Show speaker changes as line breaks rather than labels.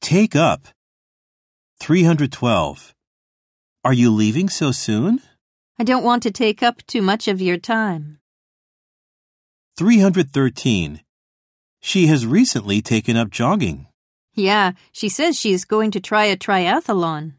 Take up. 312. Are you leaving so soon?
I don't want to take up too much of your time.
313. She has recently taken up jogging.
Yeah, she says she is going to try a triathlon.